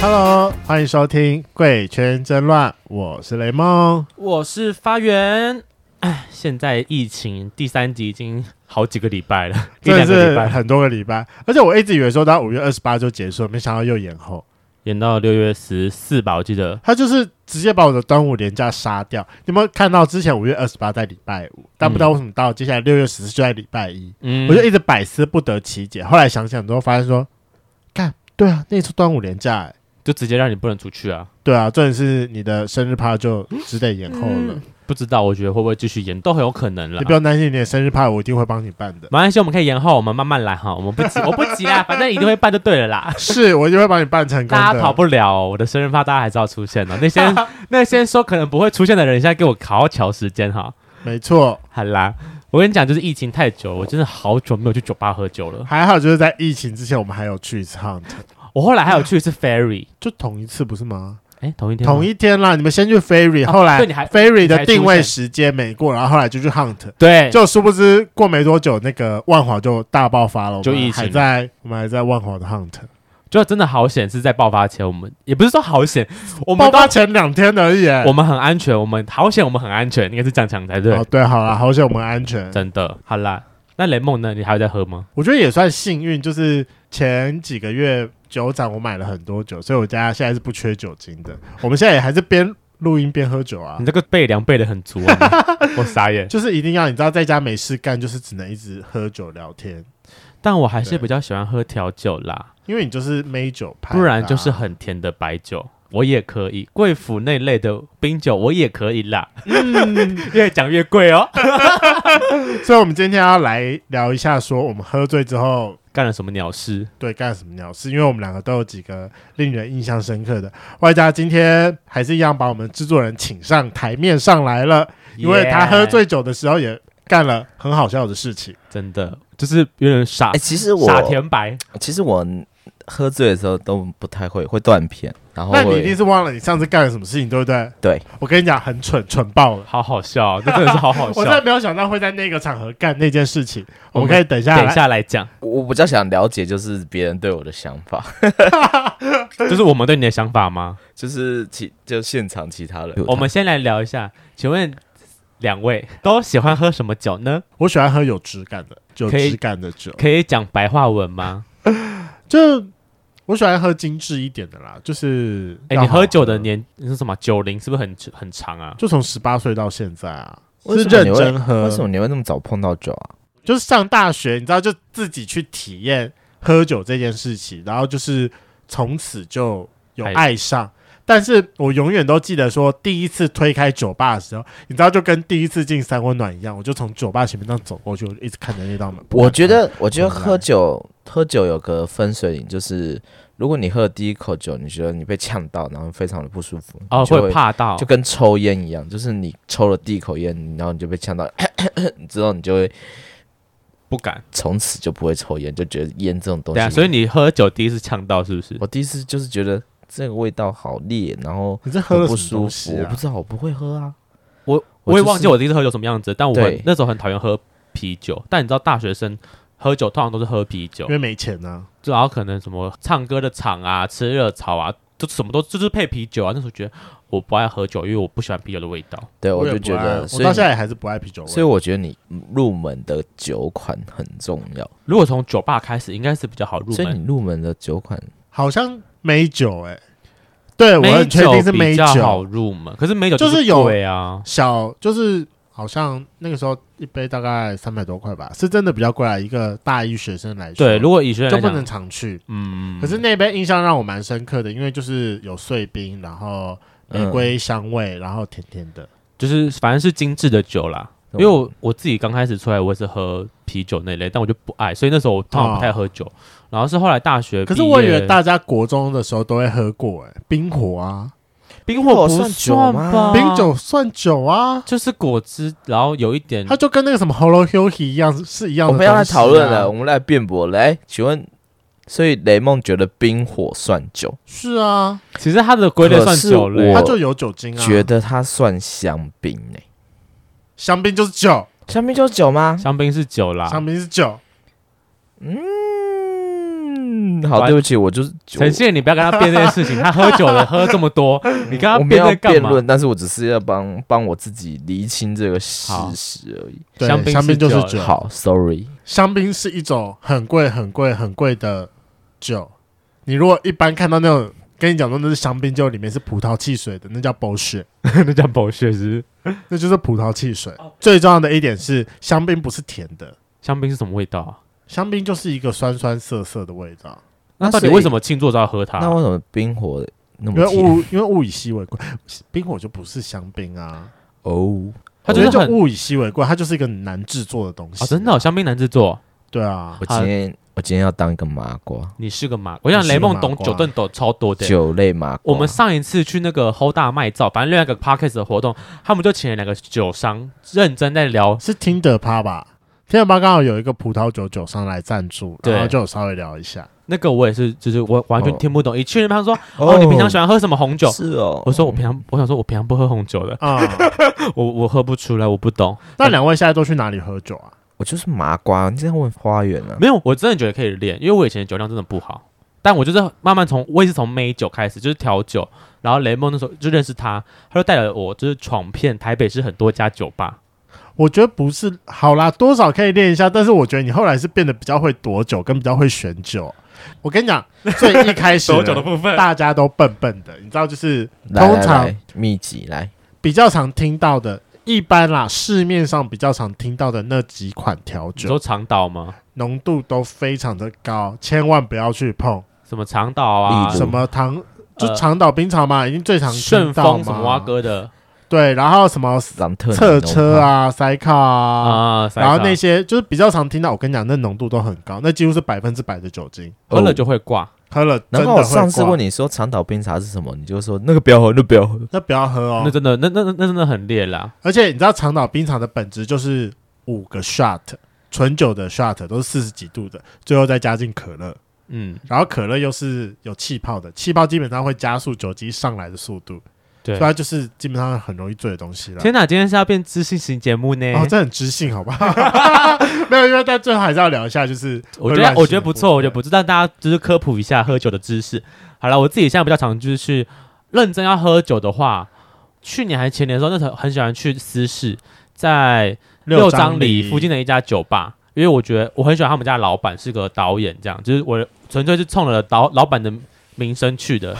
Hello，欢迎收听《贵圈争乱》，我是雷梦。我是发源。哎，现在疫情第三集已经好几个礼拜了， 一真的两个是礼拜，很多个礼拜，而且我一直以为说到五月二十八就结束了，没想到又延后。演到六月十四吧，我记得。他就是直接把我的端午连假杀掉。你有没有看到之前五月二十八在礼拜五，但不知道为什么到接下来六月十四就在礼拜一，嗯我就一直百思不得其解。后来想想之后，发现说，干对啊，那次端午连假、欸，就直接让你不能出去啊！对啊，重点是你的生日趴就只得延后了。不知道，我觉得会不会继续演，都很有可能了你不。要担心，你的生日趴我一定会帮你办 的。没关系，我们可以延后，我们慢慢来哈，我 们不急，我不急啦，反正一定会办就对了啦。是我一定会帮你办成功的。大家跑不了哦、我的生日趴大家还是要出现的、哦 那些那些说可能不会出现的人，现在给我好好瞧时间哈。没错，好啦，我跟你讲，就是疫情太久，我真的好久没有去酒吧喝酒了。还好就是在疫情之前，我们还有去一次 hunt，我后来还有去一次 ferry，就同一次不是吗？哎、同一天吗，同一天啦，你们先去 ferry，、哦后来对你还 ferry 的你还定位出现时间没过，然后后来就去 hunt，对，就殊不知过没多久，那个万华就大爆发了，我们就疫情还在我们还在万华的 hunt，就真的好险是在爆发前，我们也不是说 好险，我们爆都发前两天而已耶。我们很安全，我们好险，我们很安全，应该是这样讲才对，哦，对，好啦，好险我们安全，真的。好啦，那雷梦呢？你还有在喝吗？我觉得也算幸运，就是前几个月酒展我买了很多酒，所以我家现在是不缺酒精的。我们现在也还是边录音边喝酒啊你，这个备粮备的很 足啊，你我傻眼。就是一定要你知道在家没事干，就是只能一直喝酒聊天，但我还是对比较喜欢喝调酒啦，因为你就是美酒派的啊、不然就是很甜的白酒。我也可以，贵腐那类的冰酒我也可以啦。嗯， 越讲越贵哦。 所以我们今天要来聊一下，说我们喝醉之后干了什么鸟事？对干了什么鸟事，因为我们两个都有几个令人印象深刻的。外加今天还是一样把我们制作人请上台面上来了，因为他 Yeah，喝醉酒的时候也干了很好笑的事情。真的就是有点傻啊哎、，其实我傻甜白。其实我喝醉的时候都不太会，会断片，然哦后那你一会定是忘了你上次干了什么事情，对不对？对，我跟你讲，很蠢，蠢爆了。好好笑、哦，这真的是好好笑。 我真的没有想到会在那个场合干那件事情。我我们们可以等一下等一来，下来讲，我比较想了解，就是别人对我的想法， 就是我们对你的想法吗？就是其就现场其他人，我们先来聊一下，请问两位都喜欢喝什么酒呢？我喜欢喝有质感的，有可以质感的酒，可以讲白话文吗？就我喜欢喝精致一点的啦。就是，哎、你喝酒的，年你是什么九零是不是很很长啊？就从十八岁到现在啊，为是什么认你会真喝为。什么你会那么早碰到酒啊？就是上大学，你知道，就自己去体验喝酒这件事情，然后就是从此就有爱上。但是我永远都记得说，第一次推开酒吧的时候，你知道，就跟第一次进三温暖一样，我就从酒吧前面这样走过去，我就一直看着那道门。我觉得，我觉得不敢喝酒喝酒有个分水岭，就是如果你喝了第一口酒，你觉得你被呛到，然后非常的不舒服，哦，你就会。怕到就，跟抽烟一样，就是你抽了第一口烟，然后你就被呛到， 之后你就会不敢。从此就不会抽烟，就觉得烟这种东对西啊，，所以你喝酒第一次呛到是不是？我第一次就是觉得这个味道好烈，然后你这喝很了不什么舒东服。西我啊不？知道，我不会喝啊。我我我也就是忘记我第一次喝酒什么样子，但我对那时候很讨厌喝啤酒。但你知道大学生喝酒通常都是喝啤酒因，为没钱啊呢、然后可能什么唱歌的场啊、吃热炒啊，就什么都就是配啤酒啊。那时候觉得我不爱喝酒，因为我不喜欢啤酒的味道。对，我也就不觉爱得，我所以到现在你也还是不爱啤酒味。所以我觉得你入门的酒款很重要。如果从酒吧开始，应该是比较好入所以门。你入门的酒款，好像美酒哎、对我美很确定是比美较好入门，可是美酒就是有对啊，小就是好像那个时候一杯大概三百多块吧，是真的比较贵啊。一个大一学生来说，对，如果以学生就来不能讲，常去。嗯，可是那杯印象让我蛮深刻的，因为就是有碎冰，然后玫瑰香味，然后甜甜嗯的。就是反正是精致的酒啦。因嗯为我我自己刚开始出来，我也是喝啤酒那类，但我就不爱，所以那时候我通常不太喝酒。然后是后来大学毕哦可业，是我以为大家国中的时候都会喝过、哎，冰火啊，冰火冰火不算酒吗吧？冰酒算酒啊，就是果汁，然后有一点它就跟那个什么 Hello h u h i 一样，是一样的、东我们要来西讨论啊了，我们来辩驳了。来，请问，所以雷梦觉得冰火算酒，是啊，其实它的归类可算是酒类我，它就有酒精啊。觉得它算香槟诶、香槟就是酒，香槟就是酒吗？香槟是酒啦。香槟是酒。嗯，嗯，好，完对不起，我就是陈信，你不要跟他辩论事情， 他喝酒了，喝这么多，你跟他我我没有论辩干嘛？论，但是我只是要帮帮我自己厘清这个事好实而已。对香槟香槟是就是酒酒，好，sorry，香槟是一种很贵、很贵、很贵的酒。你如果一般看到那种跟你讲说那是香槟酒，里面是葡萄汽水的，那叫 bullshit， 那叫保血是那就是葡萄汽水。哦最重要的一点是，香槟不是甜的，香槟是什么味道啊？香槟就是一个酸酸涩涩的味道。那那到底所以为什么庆祝都要喝它？那为什么冰火那因么为甜？物因为物以稀为贵，冰火就不是香槟啊，哦，它我就觉是得就很物以稀为贵，它就是一个很难制作的东西。哦，真的哦香槟难制作。对啊我，今天我今天要当一个麻瓜，你是个麻，我想雷梦懂酒炖懂超多的。酒类麻瓜。我们上一次去那个齁大麦灶，反正另外一个 podcast 的活动，他们就请了两个酒商认真在聊，是听的趴吧？听的趴刚好有一个葡萄酒酒商来赞助，对然后就有稍微聊一下。那个我也是，就是我完全哦听不懂。一去那边他说，哦，你平常喜欢喝什么红酒？是哦，我说我平常，我想说我平常不喝红酒的， 啊、我我喝不出来，我不懂。那两位现在都去哪里喝酒啊？我就是麻瓜，你这样问花园啊？没有，我真的觉得可以练，因为我以前的酒量真的不好，但我就是慢慢从，我也是从美酒开始，就是调酒。然后雷梦那时候就认识他，他就带了我，就是闯遍台北市很多家酒吧。我觉得不是，好啦，多少可以练一下，但是我觉得你后来是变得比较会躲酒，跟比较会选酒。我跟你 讲，最一开始部分大家都笨笨的，你知道，就是来通来常来秘籍来，比较常听到的，一般啦，市面上比较常听到的那几款调你酒说长岛吗？浓度都非常的高，千万不要去碰。什么长岛啊例嗯如，什么糖就呃长岛冰潮嘛，已经最常顺听到丰嘛。什么蛙哥的对，然后什么朗特侧车，啊、塞卡啊，啊，塞然后卡那些就是比较常听到。我跟你讲，那浓度都很高，那几乎是百分之百的酒精，喝了就会挂，喝了真然的后会我上次挂问，你说长岛冰茶是什么，你就说那个不要喝，那个不要喝。那不要喝那哦。真的那那那那真的很烈啦。而且你知道长岛冰茶的本质就是五个 shot 纯酒的 shot 都是四十几度的，最后再加进可乐。嗯，然后可乐又是有气泡的，气泡基本上会加速酒精上来的速度，所对以。它就是基本上很容易醉的东西了。天哪，今天是要变知性型节目呢？哦，这很知性，好吧？ 没有，因为但最后还是要聊一下，就是我觉会乱得性我觉得不错，我觉得的部不错，但大家就是科普一下喝酒的知识。好了，我自己现在比较常就是去认真要喝酒的话，去年还前年的时候，那时候很喜欢去私事，在分六张里附近的的一家酒吧，因为我觉得我很喜欢他们家的老板是个导演，这样就是我纯粹是冲着老老板的名声去的。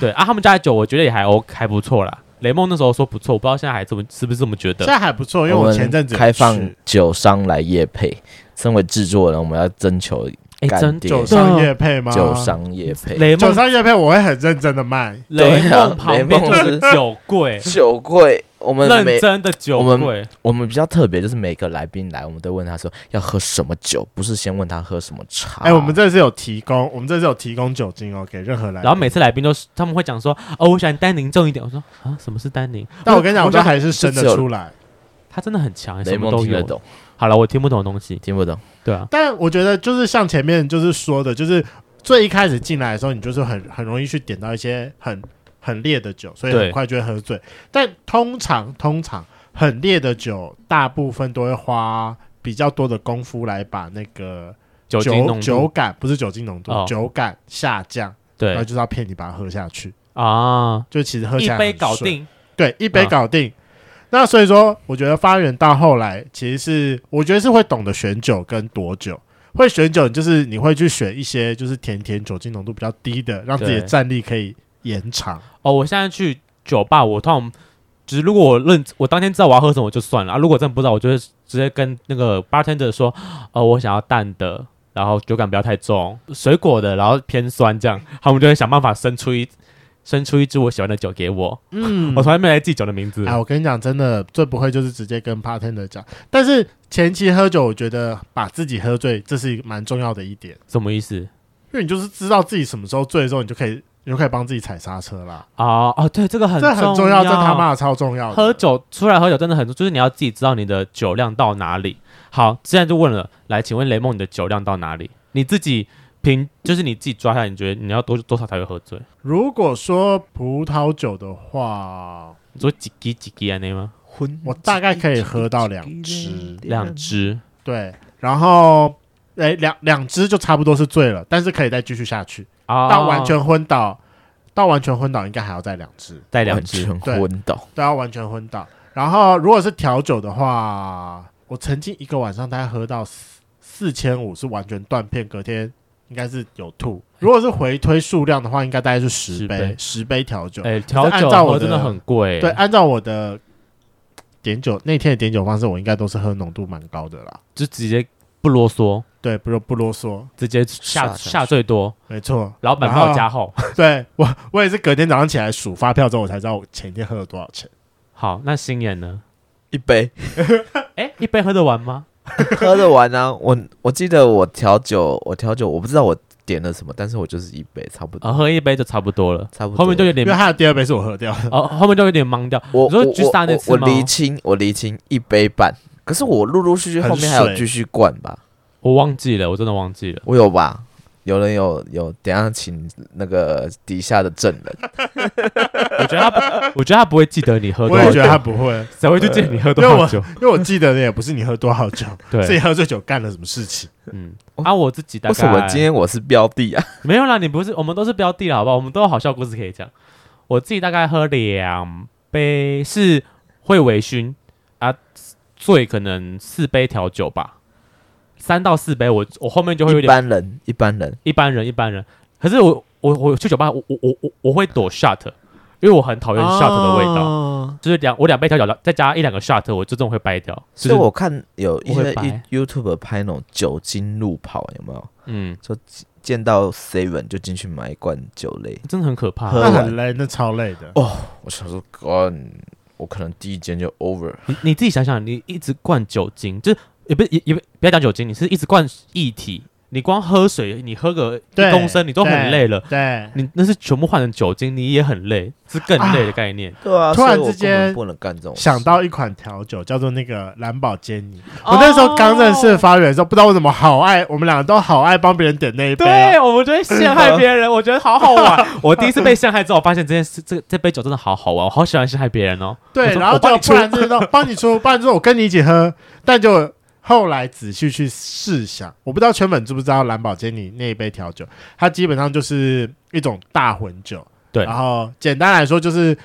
对啊，他们家的酒我觉得也还 OK，还不错啦。雷梦那时候说不错，我不知道现在还这么是不是这么觉现得。在还不错，因为我我们前阵子有开放去酒商来业配，身为制作人，我们要征求哎、干真爹酒商夜配吗？酒商业配。雷酒梦商夜配，我会很认真的卖。雷对啊梦旁雷边梦就是是酒柜。酒柜，我们每认真的酒我柜，我们比哎较特别，就是每个来宾来，我们都问他说要喝什么酒，不是先问他喝什么茶。哎、我们这是有提供，我们这是有提供酒精哦，给任何来宾。然后每次来宾都是他们会讲说，哦，我喜欢丹宁重一点。我说啊，什么是丹宁？但我跟你讲，我我这还是生得这只有出来。他真的很强，欸雷什么蒙都听得有。懂，好了，我听不懂的东西，听不懂。对啊，但我觉得就是像前面就是说的，就是最一开始进来的时候，你就是很很容易去点到一些很很烈的酒，所以对很快就会喝醉。但通常通常很烈的酒，大部分都会花比较多的功夫来把那个酒精酒浓酒度，感不是酒精浓度，哦酒感下降，然后对就是要骗你把它喝下去，啊，就其实喝一下来杯很搞顺定。对，一杯啊搞定。那所以说，我觉得发源到后来，其实是我觉得是会懂得选酒跟躲酒。会选酒就是你会去选一些就是甜甜酒精浓度比较低的，让自己的对战力可以延长。哦，我现在去酒吧，我通常只是如果我认我当天知道我要喝什么就算了，啊、如果真的不知道，我就会直接跟那个 bartender 说，呃，我想要淡的，然后酒感不要太重，水果的，然后偏酸这样，他们就会想办法生出一生出一支我喜欢的酒给我。嗯我从来没来记酒的名字哎，我跟你讲，真的最不会就是直接跟 partner 讲，但是前期喝酒，我觉得把自己喝醉，这是一个蛮重要的一点，什么意思？因为你就是知道自己什么时候醉的时候，你就可以你就可以帮自己踩刹车啦。哦哦，对，这个很这很重重要，这他妈的超重要的。喝酒出来喝酒真的很重，就是你要自己知道你的酒量到哪里。好，现在就问了，来，请问雷梦，你的酒量到哪里？你自己凭就是你自己抓下来，你觉得你要多多少才会喝醉？如果说葡萄酒的话，你说几滴几滴安内吗？嗯我大概可以喝到两支，两支，对，然后哎，两两支就差不多是醉了，但是可以再继续下去，啊，到完全昏倒，到完全昏倒应该还要再两支，带两完只，全昏倒，都要完全昏倒。然后如果是调酒的话，我曾经一个晚上大概喝到四四千五，是完全断片，隔天应该是有吐。如果是回推数量的话，应该大概是十10杯杯，十杯调酒。哎，调按酒照我喝真的的很贵，对，，按照我的点酒那天的点酒方式，我应该都是喝浓度蛮高的啦。就直接不啰嗦，对，不不啰嗦，直接下下下最多，没错。老板然后帮我加厚。对我，我也是隔天早上起来数发票之后，我才知道我前一天喝了多少钱。好，那心眼呢？一杯哎，一杯喝得完吗？喝得完啊！ 我我记得我调酒，我调酒，我不知道我点了什么，但是我就是一杯，差不多，啊，喝一杯就差不多了，差不多。后面就有点因为他的第二杯是我喝掉的，哦，后面就有点懵掉。我你说我去杀那次我吗我厘清，我厘清一杯半，可是我陆陆续续很后面还有水继续灌吧，我忘记了，我真的忘记了。我有吧？有人有有，等一下请那个底下的证人，我觉得他，我觉得他不会记得你喝多我也少觉酒得，他不会，谁会去记得你喝多因为少我酒？因为我记得的也不是你喝多少酒，是你对，喝醉酒干了什么事情。嗯，啊，我自己大为什么概今天我是标的啊？没有啦，你不是，我们都是标的了，好不好？我们都有好笑故事可以讲。我自己大概喝两杯，是会微醺啊，醉可能四杯调酒吧，三到四杯我，我后面就会有 一点般人，一般人，一般人一般人。可是我我我去酒吧，我我我我我会躲 shot，因为我很讨厌 shot 的味哦道，道。就是两我两杯调酒，再加一两个 shot，我就真的会掰掉。所以就是我看有一我些会掰 You- YouTube 拍那种酒精路跑，有没有？嗯，见到 Seven 就进去买一罐酒类，真的很可怕。喝那完很累，那超累的。我想说，干，我可能第一间就 over。你你自己想想，你一直灌酒精，就是也不也也不不要讲酒精，你是一直灌液体，你光喝水，你喝个对一公升，你都很累了。对，你那是全部换成酒精，你也很累，是更累的概念。对啊，突然所以我之间根本不能干这种事。想到一款调酒叫做那个蓝宝坚尼， 哦我那时候刚认识发源的时候，不知道为什么好爱，我们两个都好爱帮别人点那一杯啊、对，我们就会陷害别人，我觉得好好 玩。我第一次被陷害之后，我发现这件事，这这杯酒真的好好玩，我好喜欢陷害别人哦。对我说然后我帮就你不然就是 说帮你出，不然就是我跟你一起喝，但就后来仔细去试想，我不知道全粉知不知道蓝宝坚尼那一杯调酒，它基本上就是一种大混酒，对然后简单来说就是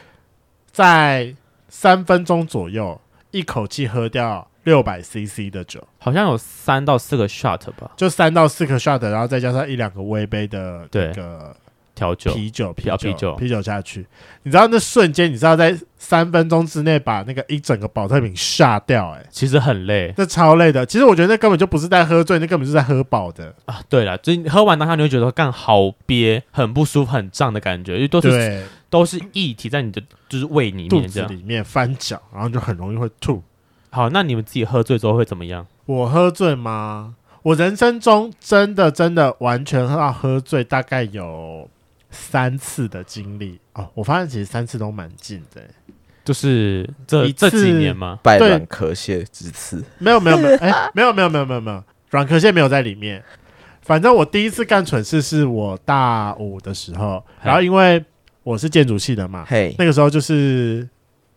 在三分钟左右一口气喝掉六百 CC 的酒。好像有三到四个 shot 吧，就三到四颗 shot，然后再加上一两个微杯的对那个调酒。啤酒、啤啊酒、啤酒啤酒下去。你知道那瞬间，你知道在三分钟之内把那个一整个保特瓶下掉、哎，其实很累那超累的。其实我觉得那根本就不是在喝醉，那根本就是在喝饱的。啊！对了，就是你喝完当下你会觉得干好憋，很不舒服、很胀的感觉，因为都是对，都是液体在你的就是胃里肚面这子样。里面翻搅，然后就很容易会吐。好，那你们自己喝醉之后会怎么样？我喝醉吗？我人生中真的真的完全到喝醉，大概有三次的经历哦。我发现其实三次都蛮近的、哎就是这一这次几年吗？拜对软壳蟹之赐，没有没有没有，哎、没有没有没有没有没有，软壳蟹没有在里面。反正我第一次干蠢事是我大五的时候，嘿然后因为我是建筑系的嘛，嘿，那个时候就是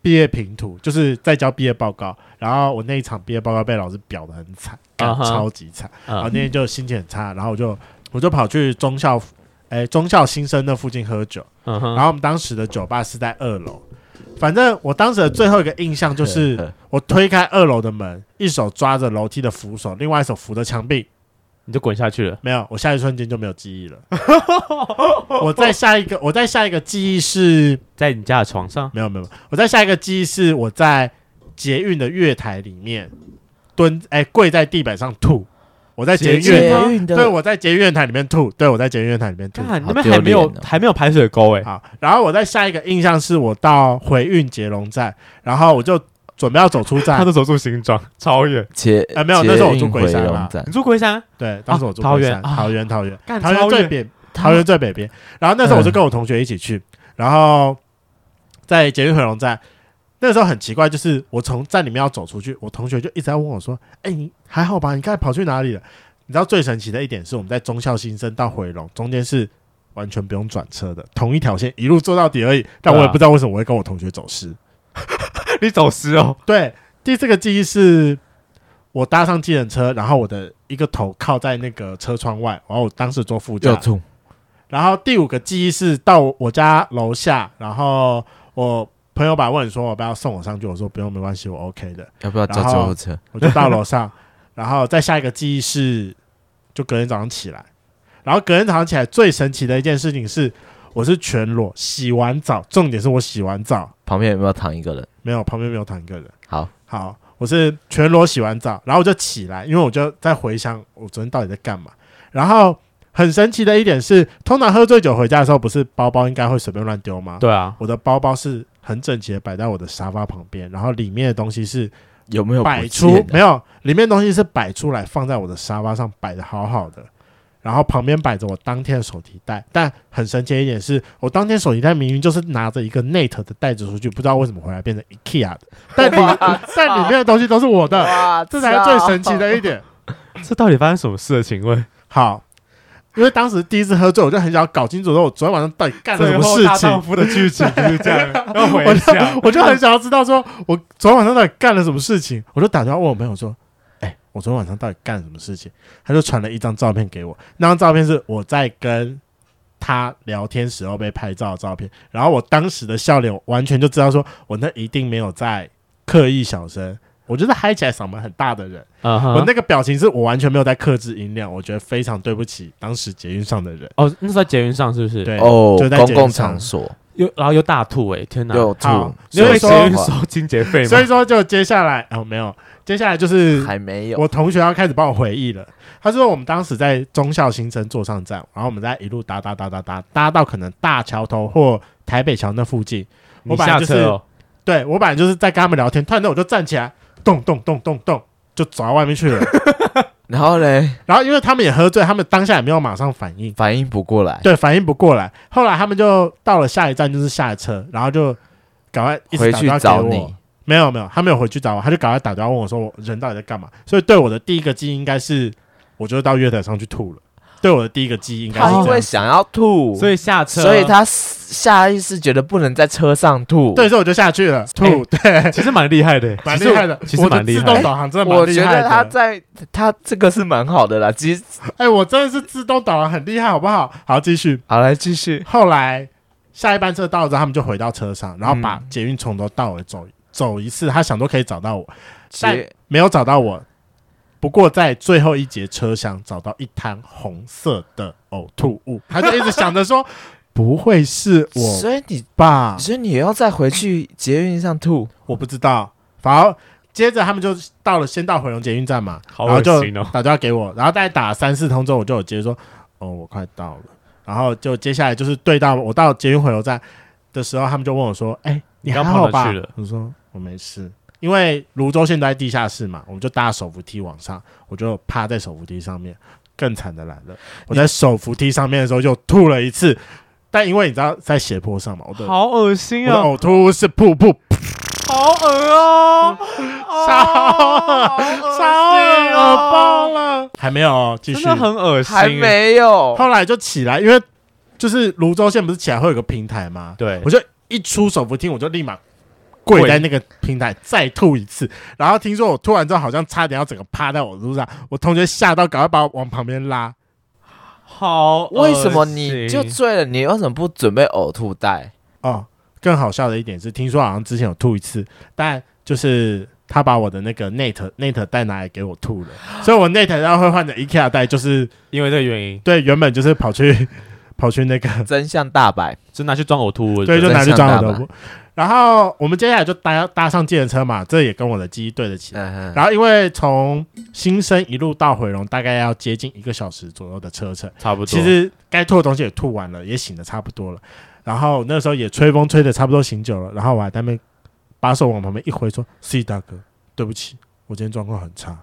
毕业评图，就是在交毕业报告，然后我那一场毕业报告被老师表的很惨，干啊哈超级惨，然后啊那天就心情很差，然后我就我就跑去中校，哎、中校新生那附近喝酒，嗯哼，然后我们当时的酒吧是在二楼，反正我当时的最后一个印象就是。我推开二楼的门，一手抓着楼梯的扶手，另外一手扶着墙壁。你就滚下去了。没有，我下一瞬间就没有记忆了。我在下一个，我在下一个记忆是在你家的床上，没有没有，我在下一个记忆是我在捷运的月台里面蹲，哎、跪在地板上吐。我在捷运捷运月吗台，运的对，我在捷运月台里面吐，对我在捷运月台里面吐。看好那边还没有丢脸哦还没有排水沟哎，好，然后我在下一个印象是我到回运捷龙站，然后我就准备要走出站他，的手住新庄，超远。捷啊没有捷那时候我住运龟回山龙啦站你住龟山？对，当时我住桃龟园山啊桃园，桃园，干桃园超最远北，桃园最北边。然后那时嗯候我就跟我同学一起去，然后在捷运回龙站，那时候很奇怪，就是我从站里面要走出去，我同学就一直在问我说：“哎、你还好吧？你刚才跑去哪里了？”你知道最神奇的一点是，我们在中校新生到回龙中间是完全不用转车的，同一条线一路坐到底而已。但我也对啊不知道为什么我会跟我同学走失。你走失哦。对，第四个记忆是我搭上计程车，然后我的一个头靠在那个车窗外，然后我当时坐副又驾。吐，然后第五个记忆是到我家楼下，然后我朋友把问说我不要送我上去，我说不用，没关系，我 OK 的。要不要叫然后救护车？我就到楼上，然后再下一个记忆是，就隔天早上起来，然后隔天早上起来最神奇的一件事情是，我是全裸，洗完澡，重点是我洗完澡，旁边有没有躺一个人？没有旁边没有躺一个人，好，好，我是全裸洗完澡，然后我就起来，因为我就在回想我昨天到底在干嘛，然后。很神奇的一点是，通常喝醉酒回家的时候，不是包包应该会随便乱丢吗？对啊，我的包包是很整齐的摆在我的沙发旁边，然后里面的东西是有没有摆不出见的没有，里面东西是摆出来放在我的沙发上摆的好好的，然后旁边摆着我当天的手提袋。但很神奇的一点是，我当天手提袋明明就是拿着一个 Net 的袋子出去，不知道为什么回来变成 IKEA 的，但里 但里面的东西都是我的，哇这才是最神奇的一点。这到底发生什么事了？啊请问好。因为当时第一次喝醉，我就很想要搞清楚，说我昨天晚上到底干了什么最后事大情丈。夫的剧情就是这 样，要回我一 下就。我就很想要知道说，我昨天晚上到底干了什么事情。我就打电话问我朋友说：“哎、我昨天晚上到底干了什么事情？”他就传了一张照片给我，那张照片是我在跟他聊天时候被拍照的照片。然后我当时的笑脸，我完全就知道说我那一定没有在刻意小声。我就是嗨起来嗓门很大的人，嗯啊我哼，那个表情是我完全没有在克制音量，我觉得非常对不起当时捷运上的人。哦，那是在捷运上是不是？，对，哦就，在公捷运共上场所又然后又大吐哎，天哪！又吐好，你有所被以捷说运收清洁费吗？所以说，就接下来哦，没有，接下来就是还没有我同学要开始帮我回忆了。他说我们当时在忠孝新生坐上站，然后我们在一路搭搭搭搭搭搭到可能大桥头或台北桥那附近。你我本来下就是车哦，对我本来就是在跟他们聊天，突然间我就站起来，咚咚咚咚咚，就走到外面去了。 然后嘞，然后因为他们也喝醉，他们当下也没有马上反应，反应不过来，对，反应不过来。后来他们就到了下一站，就是下车，然后就赶快一直回打去电话找给我你。没有没有，他没有回去找我，他就赶快打电话问我说我人到底在干嘛。所以对我的第一个记忆应该是，我就是到月台上去吐了。对我的第一个记忆应该是他这因样为想要吐，所以以下车，啊所以他下意识觉得不能在车上吐。对，，所以我就下去了吐，对，其实蛮厉害的欸，蛮其实厉害的，其实蛮厉我的自动害的。导航真的我蛮厉觉害得的。他在他这个是蛮好的啦。其实哎，我真的是自动导航很厉害，好不好？好，继续。好来继续，后来下一班车到了之后，他们就回到车上，然后把嗯捷运从头到尾走走一次，他想都可以找到我，但其实没有找到我。不过在最后一节车厢找到一滩红色的呕吐物，他就一直想着说 不会是我所以你吧？所以你要再回去捷运上吐，我不知道。反而接着他们就到了，先到回龙捷运站嘛，好然后就恶心哦打电话给我，然后大概打三四通之后，我就有接说哦，我快到了。然后就接下来就是对到我到捷运回龙站的时候，他们就问我说：“哎、你还刚好跑哪吧去？”了？我说我没事，因为泸州现在地下室嘛，我们就搭手扶梯往上，我就趴在手扶梯上面。更惨的来了，我在手扶梯上面的时候就吐了一次，但因为你知道在斜坡上嘛，我的我好恶心的哦，呕吐物是瀑布好恶哦，啊超恶超心恶哦爆了，还没有哦继真续。的很恶心欸，还没有，后来就起来，因为就是泸州县不是起来会有个平台吗？对我，就一出手扶梯，我就立马跪在那个平台再吐一次。然后听说我吐完之后，好像差点要整个趴在我路上，我同学吓到，赶快把我往旁边拉。好恶心，为什么你就醉了？你为什么不准备呕吐袋？哦，更好笑的一点是，听说好像之前有吐一次，但就是。他把我的那个 net net 袋拿来给我吐了，所以我 net 要会换成 IKEA 袋，就是因为这个原因，对原本就是跑去跑去那个真相大白，就拿去装呕吐物，对，就真的拿去装我真相大的。然后我们接下来就搭搭上计程车嘛，这也跟我的记忆对得起来。嗯哼，然后因为从新生一路到回龙，大概要接近一个小时左右的车程。差不多。其实该吐的东西也吐完了，也醒的差不多了。然后那时候也吹风吹的差不多醒酒了，然后我还在那边把手往旁边一挥，说：“C 大哥，对不起，我今天状况很差。”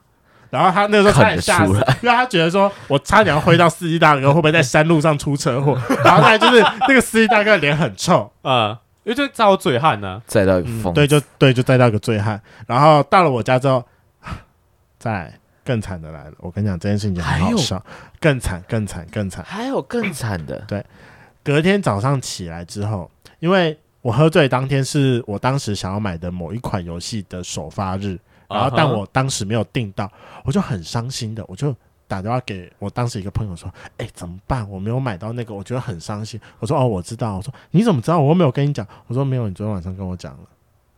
然后他那个时候差点吓看死得出，因为他觉得说我差点要挥到司机大哥会不会在山路上出车祸， 然后再来就是那个司机大哥脸很臭，嗯，因为就遭醉汉呢，再到一嗯封，对，就对，就再到个醉汉。然后到了我家之后，啊再来更惨的来了。我跟你讲，这件事情很还好有笑，更惨，更惨，更惨。还有更惨的，隔天早上起来之后，因为我喝醉当天是我当时想要买的某一款游戏的首发日，然后啊哈但我当时没有订到，我就很伤心的，我就打电话给我当时一个朋友说，哎、怎么办？我没有买到那个，我觉得很伤心。我说哦，我知道。我说你怎么知道？我又没有跟你讲。我说没有，你昨天晚上跟我讲了。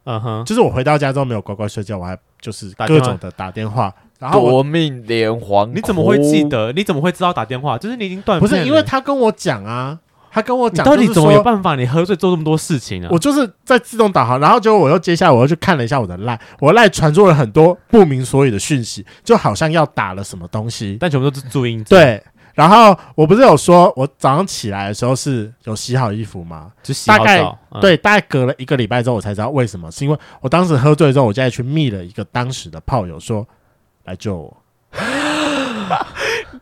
嗯哼，就是我回到家之后没有乖乖睡觉，我还就是打各电话种的打电话，然后我夺命连环，你怎么会记？得？你怎么会知道打电话？就是你已经断不片了，是因为他跟我讲啊，他跟我你讲，到底就是怎么有说办法？你喝醉做这么多事情啊呢、我就是在自动导航，然后结果我又接下来我又去看了一下我的赖，我赖传出了很多不明所以的讯息，就好像要打了什么东西。但全部都是注音字，对，然后我不是有说我早上起来的时候是有洗好衣服吗？就洗好大概澡。嗯，对，大概隔了一个礼拜之后我才知道为什么，是因为我当时喝醉之后，我现在去密了一个当时的炮友说来救我。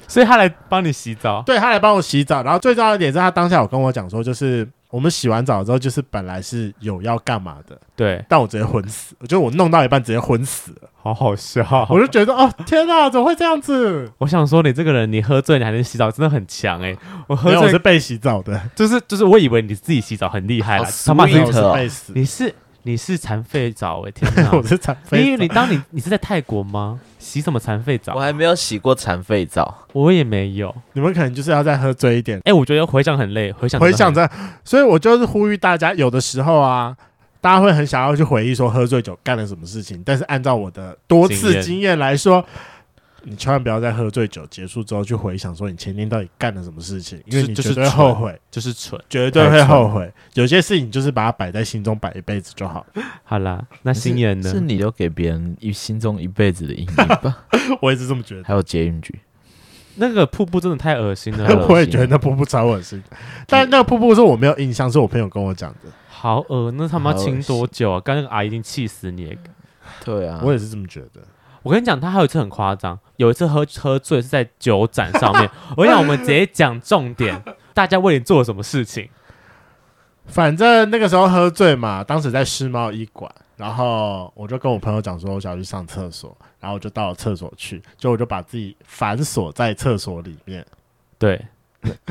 所以他来帮你洗澡。 对他来帮我洗澡，然后最重要的点是他当下有跟我讲说，就是我们洗完澡之后，就是本来是有要干嘛的，对，但我直接昏死，我觉得我弄到一半直接昏死了，好好笑。我就觉得哦天哪，怎么会这样子？我想说，你这个人，你喝醉你还能洗澡，真的很强哎、我喝没有，我醉是被洗澡的，就是就是，我以为你自己洗澡很厉害啦好，他妈没有，我你 sweet 是哦被死，你是你是残废澡哎、天哪！ 我是残废因为澡你当你你是在泰国吗？洗什么残废澡我？还没有洗过残废澡，我也没有。你们可能就是要再喝醉一点，哎、我觉得回想很累，回想回想真的着，所以我就是呼吁大家，有的时候啊。大家会很想要去回忆说喝醉酒干了什么事情，但是按照我的多经次验经验来说，你千万不要在喝醉酒结束之后去回想说你前天到底干了什么事情，因为你就是绝对蠢后悔，很就是蠢。绝对会后悔。有些事情就是把它摆在心中摆一辈子就 好。好啦，那新人呢是？你留给别人一心中一辈子的阴 影吧？我也是这么觉得。还有捷运局，那个瀑布真的太恶心恶心 了，我也觉得那瀑布超恶心，但那个瀑布是我没有印象，是我朋友跟我讲的。好恶，那他妈好恶亲多久啊？刚刚那个阿姨已经气死你了。对啊，我也是这么觉得。我跟你讲，他还有一次很夸张，有一次喝喝醉是在酒展上 面。我想我们直接讲重点，大家为你做了什么事情？反正那个时候喝醉嘛，当时在世贸一馆，然后我就跟我朋友讲说，我想要去上厕所，然后我就到了厕所去，就我就把自己反锁在厕所里面，对，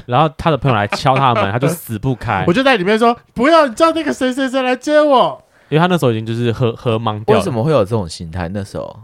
然后他的朋友来敲他的门，他就死不 开我，就在里面说，不要，你叫那个谁谁谁来接我。因为他那时候已经就是喝喝懵掉为了。什？么会有这种心态？那时候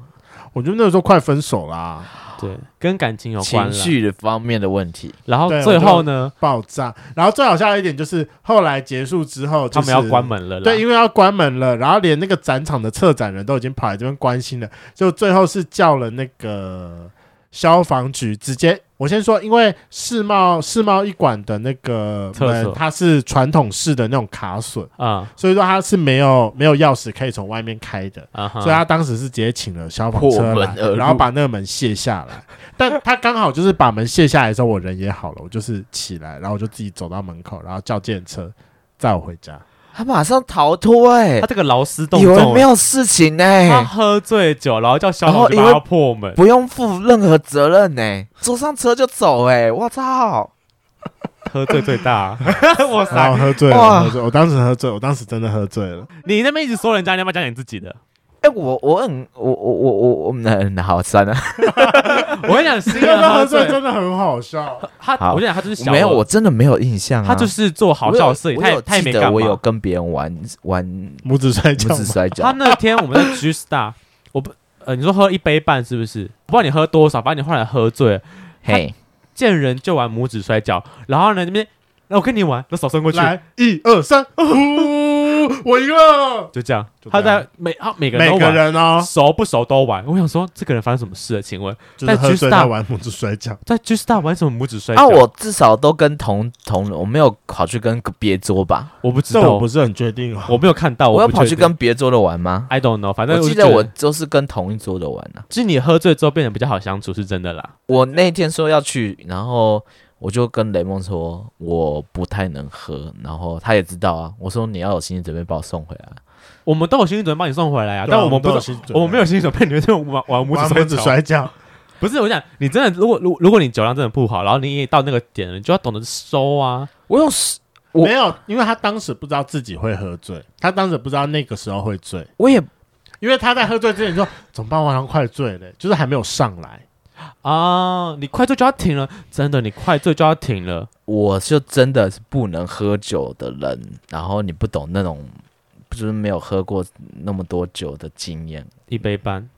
我就那个时候快分手啦、对，跟感情有关情了。绪的方面的问题，然后对最我就后呢，爆炸。然后最好笑的一点就是，后来结束之后、他们要关。门了啦。对，因为要关门了，然后连那个展场的策展人都已经跑来这边关心了，就最后是叫了那个消防局直接。我先说，因为世贸世贸一馆的那个厕所门，它是传统式的那种卡榫，啊所以说它是没有没有钥匙可以从外面开的，啊哈，所以他当时是直接请了消防车破门来而入，然后把那个门卸下来。但 他刚好就是把门卸下来的时候，我人也好了，我就是起来，然后我就自己走到门口，然后叫电车载我回家。他马上逃脱，哎他，这个劳斯动以为众啊没，有事情哎、他喝醉酒，然后叫消然防后局因帮为他破门。不用负任何责任呢、坐上车就走哎、我操！喝醉最大， 哇然塞！后哦喝醉了，哇喝醉，我当时喝醉，我当时真的喝醉了。 你那边一直说人家，你要不要讲你自己 的？哎、我我很我我我我我们好酸啊！我跟你讲，新真人的喝喝醉醉，真的很好笑。他好我跟你讲，他就是小没有，恶我真的没有印象啊。他就是做好笑的事情，我他有也他也我有记没得干我有嘛。跟别人玩玩拇指摔跤拇指嘛，摔他跤，那天我们在 G Star，我不呃，你说喝一杯半是不是？我不知道你喝多少，反正你后来喝醉了，嘿，见人就玩拇指摔跤，然后呢那边，那我跟你玩，那手伸过去，来一二三，呼，我赢了。就这样。就这他样在每他每个人每都个玩，人哦，熟不熟都玩。我想说，这个人发生什么事了？请问就是喝醉 G-Star 在玩拇指摔跤，在 G Star 玩什么拇指摔跤？啊，我至少都跟同同，我没有跑去跟别桌吧？我不知这道，我不我是很确定哦。 没有看到，我我有不跑确去定跟别桌的玩吗？ I don't know，反正我就记得觉我都是跟同一桌的玩啊。就是你喝醉之后变得比较好相处，是真的啦。我那天说要去，然后我就跟雷梦说我不太能喝，然后他也知道啊。我说你要有心理准备，把我送回来。我们都有心理准备帮你送回来啊，对啊但我们不都有是，心理准备我们没有心理准备，你们这种玩玩玩拇指拇指摔摔跤。跤，不是，我想你真的，如果如如果你酒量真的不好，然后你也到那个点了，你就要懂得收啊。我有时我没有，因为他当时不知道自己会喝醉，他当时不知道那个时候会醉。我也因为他在喝醉之前说怎么办，我好像快醉了，就是还没有上来。啊，你快醉就要停了，真的，你快醉就要停了。我就真的是不能喝酒的人，然后你不懂那种，就是没有喝过那么多酒的经验。一杯半，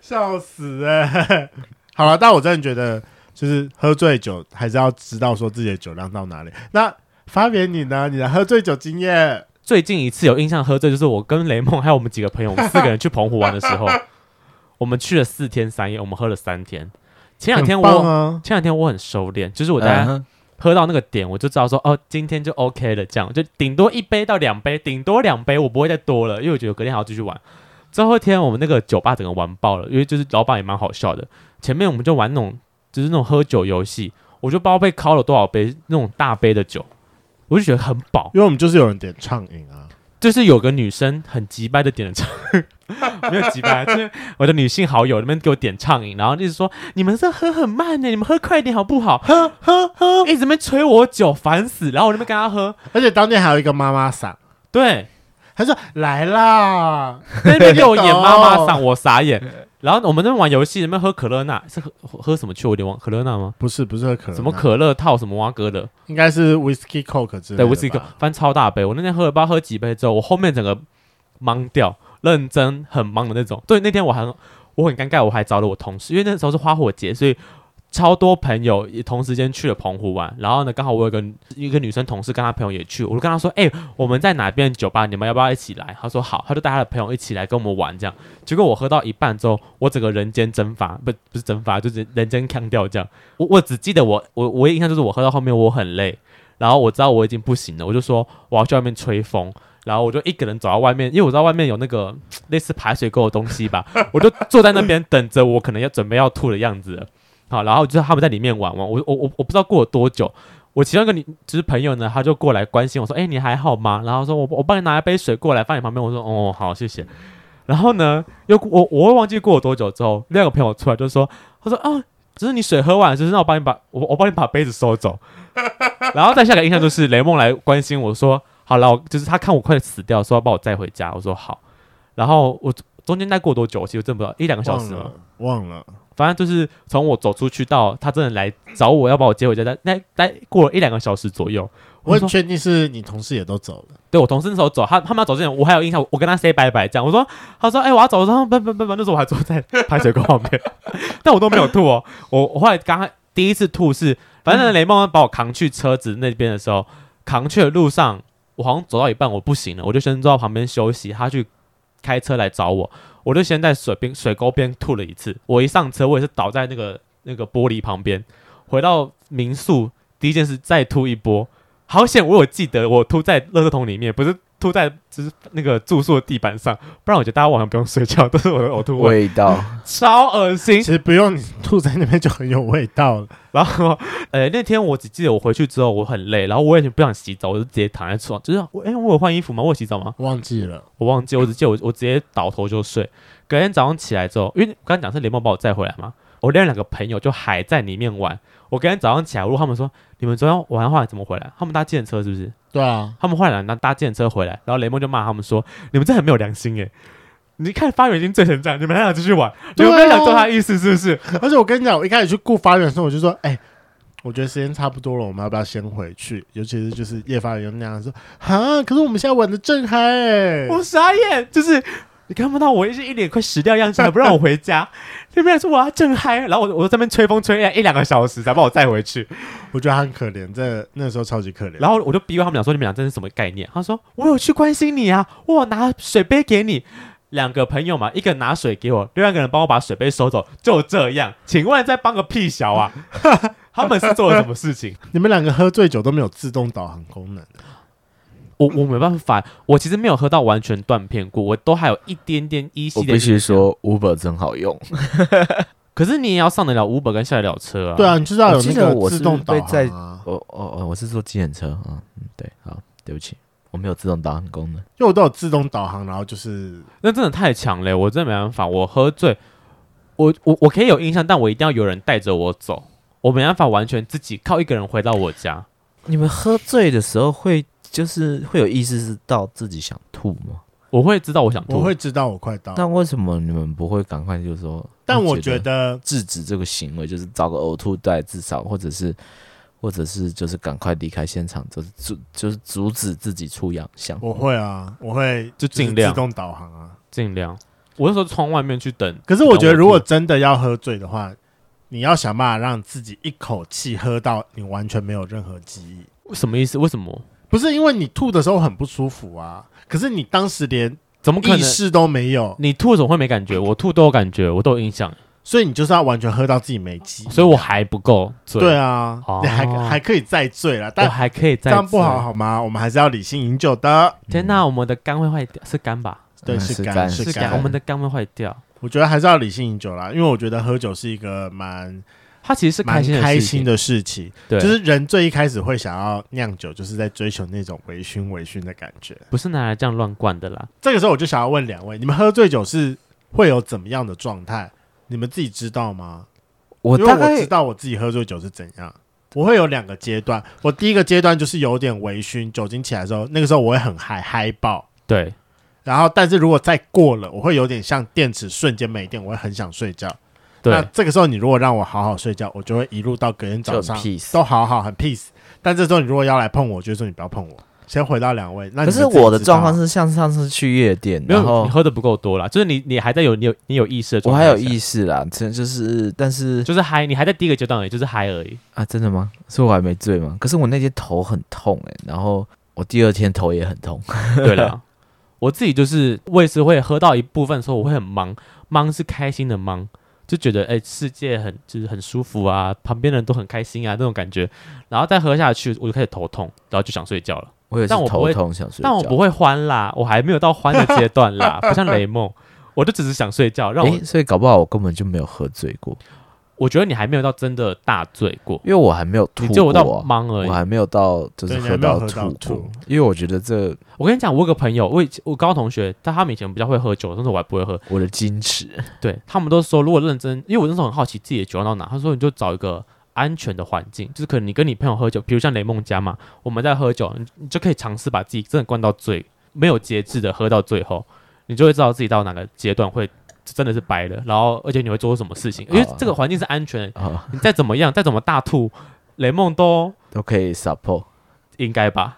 笑死哎、 好了，但我真的觉得，就是喝醉酒还是要知道说自己的酒量到哪里。那发别你呢？你的喝醉酒经验？最近一次有印象喝醉，就是我跟雷梦还有我们几个朋友，我们四个人去澎湖玩的时 候，我们去了四天三夜，我们喝了三天。前两天我、很棒啊，前两天我很收敛，就是我大嗯概哼喝到那个点，我就知道说哦，今天就 OK 了，这样就顶多一杯到两杯，顶多两杯，我不会再多了，因为我觉得隔天还要继续玩。最后一天我们那个酒吧整个玩爆了，因为就是老板也蛮好笑的。前面我们就玩那种就是那种喝酒游戏，我就不知道被敲了多少杯那种大杯的酒，我就觉得很饱。因为我们就是有人点畅饮啊，就是有个女生很急掰的点了唱， 没有急 掰，就是我的女性好友那边给我点畅饮，然后一直说你们这喝很慢呢、你们喝快一点好不 好？喝喝喝，一直在那边催我酒，烦死。然后我那边跟 她喝，而且当天还有一个妈妈嗓，对，她说来啦，在那边给我演妈妈嗓，我傻 眼。然后我们那边玩游戏，那边喝可乐那，是喝喝什么去？我有点忘，可乐那吗？不是不是喝可乐，什么？可乐套什么蛙哥的？应该是 whiskey coke 之类对，的吧。我是一个翻超大杯，我那天喝了不知道喝几杯之后，我后面整个懵掉，认真很忙的那种。对，那天我还我很尴尬，我还找了我同事，因为那时候是花火节，所以超多朋友也同时间去了澎湖玩。然后呢，刚好我有个一个女生同事跟她朋友也去，我就跟她说：“哎、我们在哪边酒吧？你们要不要一起来？”她说：“好。”她就带她的朋友一起来跟我们玩这样。结果我喝到一半之后，我整个人间蒸发，不不是蒸发，就是人间呛掉这样。我我只记得我我我印象就是我喝到后面我很累，然后我知道我已经不行了，我就说我要去外面吹风，然后我就一个人走到外面，因为我知道外面有那个嗯类似排水沟的东西吧，我就坐在那边等着我可能要准备要吐的样子了。好，然后就是他们在里面玩玩，我我我我不知道过了多久。我其中一个女就是朋友呢，她就过来关心我说：“哎、你还好吗？”然后说我我帮你拿一杯水过来放你旁边。我说：“哦，好，谢谢。”然后呢，又我我会忘记过了多久之后，另外一个朋友出来就说：“他说哦，只是你水喝完了，就是那我帮你把我我帮你把杯子收走。”然后再下个印象就是雷梦来关心我说：“好了，我就是他看我快死掉，说要把我载回家。”我说：“好。”然后我中间再过多久，我其实真不知道一两个小忘时吗了？忘了，反正就是从我走出去到他真的来找我，要把我接回家，但那待过了一两个小时左右。我我很说，确定是你同事也都走了，对我同事那时候走，他他们要走之前，我还有印象，我跟他 say 拜拜这样。我说，他说，哎、我要走，我说，不不不不，那时候我还坐在 排水沟旁边，但我都没有吐哦。我我后来刚刚第一次吐是，反正雷梦把我扛去车子那边的时候，扛去的路上，我好像走到一半我不行了，我就先坐到旁边休息，他去开车来找我，我就先在水边水沟边吐了一次。我一上车，我也是倒在那个那个玻璃旁边。回到民宿，第一件事再吐一波。好险，我有记得我吐在垃圾桶里面，不是吐在就是那个住宿的地板上，不然我觉得大家晚上不用睡觉，都是我的呕吐味，味道，超恶心其。实不用你吐在那边就很有味道了。 然后，呃，那天我只记得我回去之后我很累，然后我也不想洗澡，我就直接躺在床，就是我，哎、我有换衣服吗？我有洗澡吗？忘记了，我忘记，我只记得我我直接倒头就睡。隔天早上起来之后，因为刚刚讲是雷梦把我载回来嘛，我另外两个朋友就还在里面玩。我隔天早上起来，我问他们说：“你们昨天晚上后来怎么回来？他们搭计程车是不是？”对啊，他们后来拿搭计程车回来，然后雷蒙就骂他们说：“你们这很没有良心耶！你看发源已经醉成这样，你们还想继续玩？你对啊们没有想做他的意思是不是？ 而且我跟你讲，我一开始去顾发源的时候，我就说，哎、我觉得时间差不多了，我们要不要先回去？尤其是就是叶发源那样说，哈，可是我们现在玩的正嗨、欸，我傻眼，就是你看不到我是一脸快死掉的样子，还不让我回家。 那边说我要正嗨，然后我我在那边吹风吹哎了一两个小时才把我载回去，我觉得他很可怜，这那时候超级可怜。然后我就逼问他们俩说：你们俩这是什么概念？他说：我有去关心你啊，我有拿水杯给你。”两个朋友嘛，一个拿水给我，另外一个人帮我把水杯收走，就这样。请问在帮个屁小啊？ 他们是做了什么事情？你们两个喝醉酒都没有自动导航功能，啊我我没办法，我其实没有喝到完全断片过，我都还有一点点依我稀的。必须，说，Uber 真好用。可是你也要上得了 Uber 跟下得了车啊。对，啊，你知道有我那记得个我自是动导被在航啊，哦哦哦，我是坐计程车啊、嗯，对，好，对不起，我没有自动导航功能。因为我都有自动导航，然后就是那真的太强了，我真的没办法。我喝醉，我我我可以有印象，但我一定要有人带着我走，我没办法完全自己靠一个人回到我家。你们喝醉的时候会就是会有意识是到自己想吐吗？我会知道我想吐，我会知道我快到，那为什么你们不会赶快就是说？啊但我觉觉得制止这个行为，就是找个呕吐袋，至少或者是或者是就是赶快离开现场，就是阻就是阻止自己出洋相。我会啊，我会就是尽量自动导航啊，尽量。我那时候从外面去等，可是我觉得，等如果真的要喝醉的话，你要想办法让自己一口气喝到你完全没有任何记忆。吐什么意思？为什么？不是因为你吐的时候很不舒服啊，可是你当时连怎么可意能？识都没有，你吐怎么会没感觉？我吐都有感觉，我都有印象，所以你就是要完全喝到自己没记忆。所以我还不够醉。对啊，哦你还还可以再醉了，我但还可以这再样不好醉。好吗？我们还是要理性饮酒的。天哪，我们的肝会坏掉，是肝吧？对，嗯是是肝肝是是肝肝，我。们的肝会坏掉。我觉得还是要理性饮酒啦，因为我觉得喝酒是一个蛮它其实是蛮开心的开心的事事情，情。对，就是人最一开始会想要酿酒，就是在追求那种微醺微醺的感觉。不是拿来这样乱灌的啦。这个时候我就想要问两位，你们喝醉酒是会有怎么样的状态？你们自己知道吗？我因为大我知概道我自己喝醉酒是怎样。我会有两个阶段，我第一个阶段就是有点微醺，酒精起来的时候，那个时候我会很嗨嗨爆，对，然后但是如果再过了，我会有点像电池瞬间没电，我会很想睡觉。那对，这个时候你如果让我好好睡觉，我就会一路到隔天早就上很 peace 都好好很 peace。但这时候你如果要来碰我，我就说你不要碰我。先回到两位，那可你是们自己我的知道状况是像上次去夜店，啊没然有后你喝的不够多啦，就是你你还在有你有你有意识的我状态下，还有意识啦，真就是但是就是嗨，你还在第一个阶段而已，就是嗨而 已。啊，真的吗？是我还没醉吗？可是我那天头很痛哎、然后我第二天头也很痛， 对了，我自己就是我也是会喝到一部分的时候，我会很忙，忙是开心的忙，就觉得哎、世界很就是很舒服啊，旁边的人都很开心啊那种感觉，然后再喝下去我就开始头痛，然后就想睡觉了。我也是但我不头会痛想睡觉，但我不会欢啦，我还没有到欢的阶段 啦，不像雷梦，我就只是想睡觉。让我、诶所以搞不好我根本就没有喝醉过，我觉得你还没有到真的大醉过，因为我还没有吐你就过我到啊、忙而已我。还没有到就是对你还喝没有到喝到吐吐过，因为我觉得这我跟你讲，我有个朋友，我以前我高中同学，但他们以前比较会喝酒，但是我还不会喝。我的矜持，对他们都说，如果认真，因为我那时候很好奇自己的酒量到哪，他说你就找一个安全的环境，就是可能你跟你朋友喝酒，比如像雷梦家嘛，我们在喝酒，你你就可以尝试把自己真的灌到最没有节制的喝到最后，你就会知道自己到哪个阶段会真的是白了，然后而且你会做出什么事情，因为这个环境是安全的，啊、嗯你再怎么样，再怎么大吐，雷梦都都可以 support，应该吧，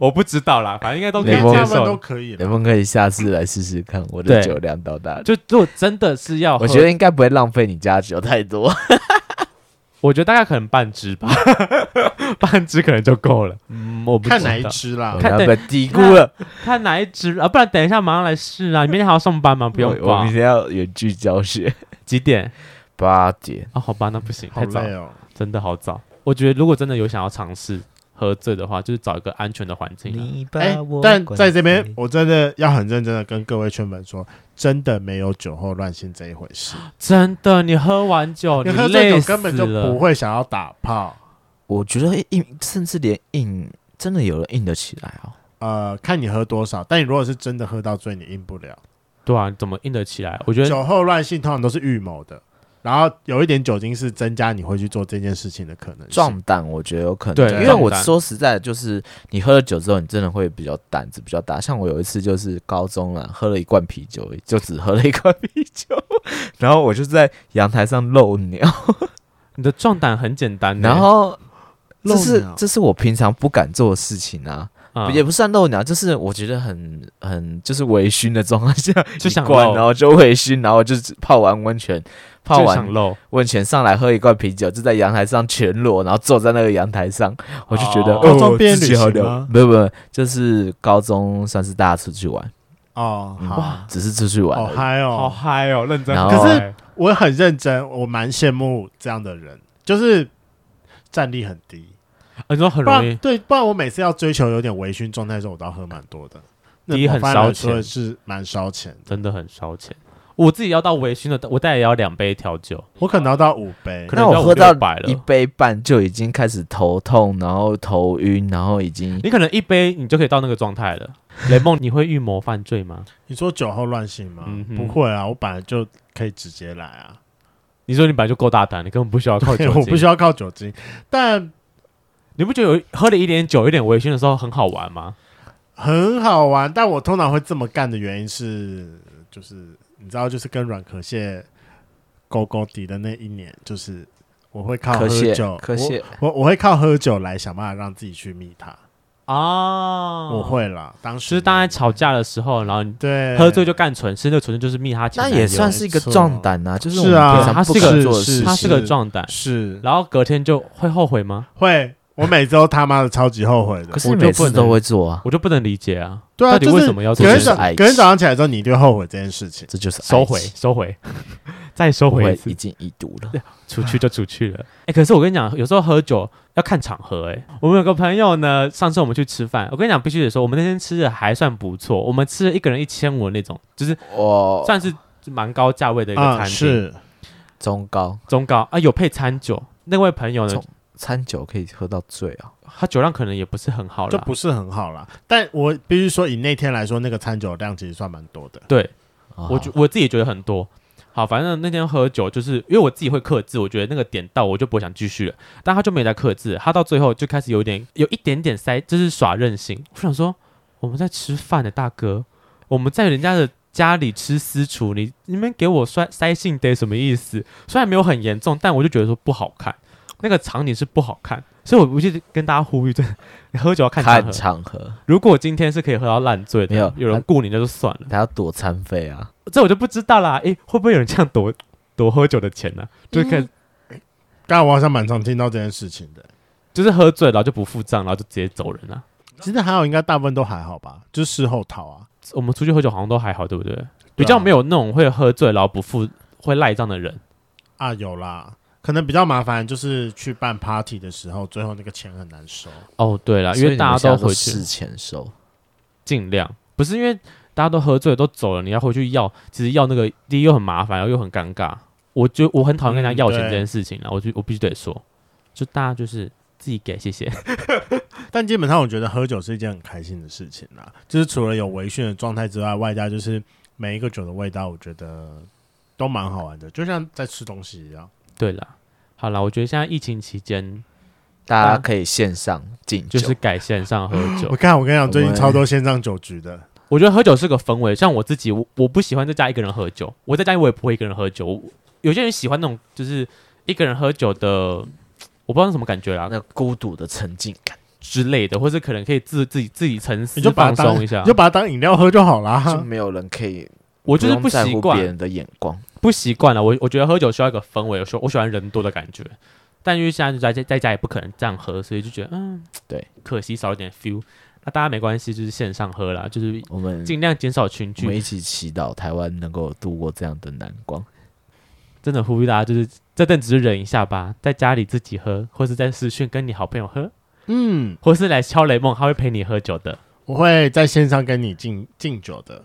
我不知道啦，反正应该都可以雷蒙接大部分都受。可以了。能不可以下次来试试看我的对酒量 到大？就如果真的是要喝，我觉得应该不会浪费你家酒太多，啊 我觉得大概可能半只吧， 半只可能就够了。嗯，我不看知哪一道只啦我？看要对被低估了。看哪一只啊？不然等一下马上来试 啊！你明天还要上班吗？不用我我吧明？天要远距 教学，几点八点。啊？好吧，那不行，好太早，累哦。真的好早。我觉得如果真的有想要尝试喝醉的话，就是找一个安全的环境啊。哎，但在这边我真的要很认真的跟各位圈粉说，真的没有酒后乱性这一回事。真的，你喝完酒，你哦你喝醉酒累死根本就不了。会想要打炮。我觉得硬，甚至连硬，真的有人硬得起来哦。呃，看你喝多少，但你如果是真的喝到醉，你硬不了。对啊，你怎么硬得起来？我觉得酒后乱性通常都是预谋的，然后有一点酒精是增加你会去做这件事情的可能性。壮胆，我觉得有可能，对因为壮我胆说实在的，就是你喝了酒之后，你真的会比较胆子比较大。像我有一次就是高中了，喝了一罐啤酒而已，就只喝了一罐啤酒， 然后我就在阳台上漏尿，你的壮胆很简单呢。然后漏这是尿这是我平常不敢做的事情啊，嗯也不算漏尿，就是我觉得很很就是微醺的状况下，就想一罐漏然后就微醺，然后就是泡完温泉，泡就完想漏，温泉上来喝一罐啤酒，就在阳台上全裸，然后坐在那个阳台上，我就觉得哦哦，高中我毕业自己旅行好屌吗没有没有，就是高中算是大家出去玩，哦，好，只是出去玩好而已。嗨好哦！嗨哦，认真然好后可嗨。是我很认真，我蛮羡慕这样的人，就是战力很低。啊你说很不容然易，对，不然我每次要追求有点微醺状态的时候，我都要喝蛮多的。那第一很我发现来烧说钱是蛮烧钱的。真的很烧钱。我自己要到微醺的，我大概也要两杯调酒。我可能要到五杯可，能那我要五喝到六百了一杯半就已经开始头痛，然后头晕，然后已经你可能一杯你就可以到那个状态了。 雷梦，你会预谋犯罪吗？你说酒后乱性吗嗯？哼不会啊，我本来就可以直接来啊。你说你本来就够大胆，你根本不需要靠酒对 精。我不需要靠酒精，但你不觉得有喝了一点酒、有点微醺的时候很好玩吗？很好玩。但我通常会这么干的原因是，就是你知道，就是跟软壳蟹勾勾底的那一年，就是我会靠咳喝血酒，咳血我我我会靠喝酒来想办法让自己去密它。啊，我。会啦，当哦就时是当然吵架的时候，然后你对喝醉就干蠢事，那个蠢事就是密他前那男友。也算是一个没错壮胆啊，就是我是啊们平常他是不一个敢做的事是情。他是个壮胆，是然后隔天就会后悔吗？会，我每周他妈的超级后悔的可。是我你就每不次能都会做啊，我就不能理解啊，对啊，到底就为是什么要隔做这天这是早件事？爱情隔天早上起来之后，你一定会后悔这件事情。这就是爱情收回，收回，再收不回一会次已，经已读了。出去就出去了。哎、可是我跟你讲，有时候喝酒要看场合、哎，我们有个朋友呢，上次我们去吃饭，我跟你讲，必须得说，我们那天吃的还算不错，我们吃了一个人一千五的那种，就是我算是蛮高价位的一个哦啊，餐厅，是中高中高啊，有配餐酒。那位朋友呢中，餐酒可以喝到醉啊，他酒量可能也不是很好就了，不是很好啦。但我必须说，以那天来说，那个餐酒量其实算蛮多的。对，我哦觉我自己觉得很多。好，反正那天喝酒就是因为我自己会克制，我觉得那个点到我就不会想继续了。但他就没再克制，他到最后就开始有点有一点点塞，就是耍任性。我想说，我们在吃饭的大哥，我们在人家的家里吃私厨，你你们给我塞塞信得什么意思？虽然没有很严重，但我就觉得说不好看，那个场景是不好看。所以我不去跟大家呼吁，真的，你喝酒要看场合看。场合，如果今天是可以喝到烂醉的，没有有人雇你那就算了。他要躲餐费啊。这我就不知道啦。诶，会不会有人这样躲躲喝酒的钱呢、就是看，刚才我好像蛮常听到这件事情的。就是喝醉，然后就不付账，然后就直接走人啊了。其实还好，应该大部分都还好吧，就是事后逃啊。我们出去喝酒好像都还好，对不对？啊比较没有那种会喝醉然后不付会赖账的人。啊，有啦，可能比较麻烦就是去办 party 的时候，最后那个钱很难收。哦，对了，因所以为你们大现家在都回去事前收，尽量，不是因为大家都喝醉都走了，你要回去要，其实要那个第一又很麻烦，然后又很尴尬。我就我很讨厌跟人家要嗯钱对这件事情了，我就我必须得说，就大家就是自己给，谢谢。 但基本上，我觉得喝酒是一件很开心的事情啦，就是除了有微醺的状态之外，外加就是每一个酒的味道，我觉得都蛮好玩的，就像在吃东西一样。对了，好了，我觉得现在疫情期间大啊家可以线上敬酒，就是改线上喝酒我，看，我跟你讲，我最近超多线上酒局的，我觉得喝酒是个氛围，像我自己，我我不喜欢在家一个人喝酒，我在家里我也不会一个人喝酒。我有些人喜欢那种就是一个人喝酒的，我不知道是什么感觉啦那孤独的沉浸感。之类的，或是可能可以自自己自己沉你思就把放它当松一下你就。把它当饮料喝就好就啦。没有人可以，啊我就是不用在习乎别惯，人的眼光。不习惯了。我我觉得喝酒需要一个氛围，我喜我喜欢人多的感觉，但因为现在就在家在家也不可能这样喝，所以就觉得嗯，对，可惜少一点 feel。那大家没关系，就是线上喝啦，就是我们尽量减少群我聚们。一起祈祷台湾能够度过这样的难关。真的呼吁大家，就是这阵子就忍一下吧，在家里自己喝，或是在私讯跟你好朋友喝，嗯，或是来敲雷梦，他会陪你喝酒的。我会在线上跟你敬敬酒的。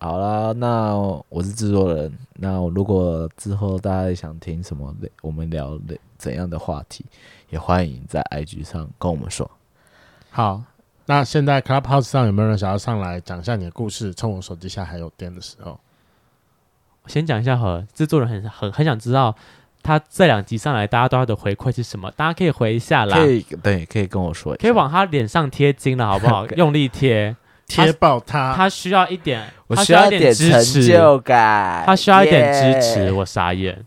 好啦，那我是制作人。那如果之后大家想听什么类，我们聊类怎样的话题，也欢迎在 IG 上跟我们说。好，那现在 Clubhouse 上有没有人想要上来讲一下你的故事？趁我手机下还有电的时候，先讲一下好了，制作人很很很想知道他这两集上来大家对他的回馈是什么，大家可以回一下啦，可以对，可以跟我说一下。可以往他脸上贴金了，好不 好？可以用力贴，贴爆他！他需要一点，啊我他需要一点支成持，就感，他需要一点支持。耶我傻眼，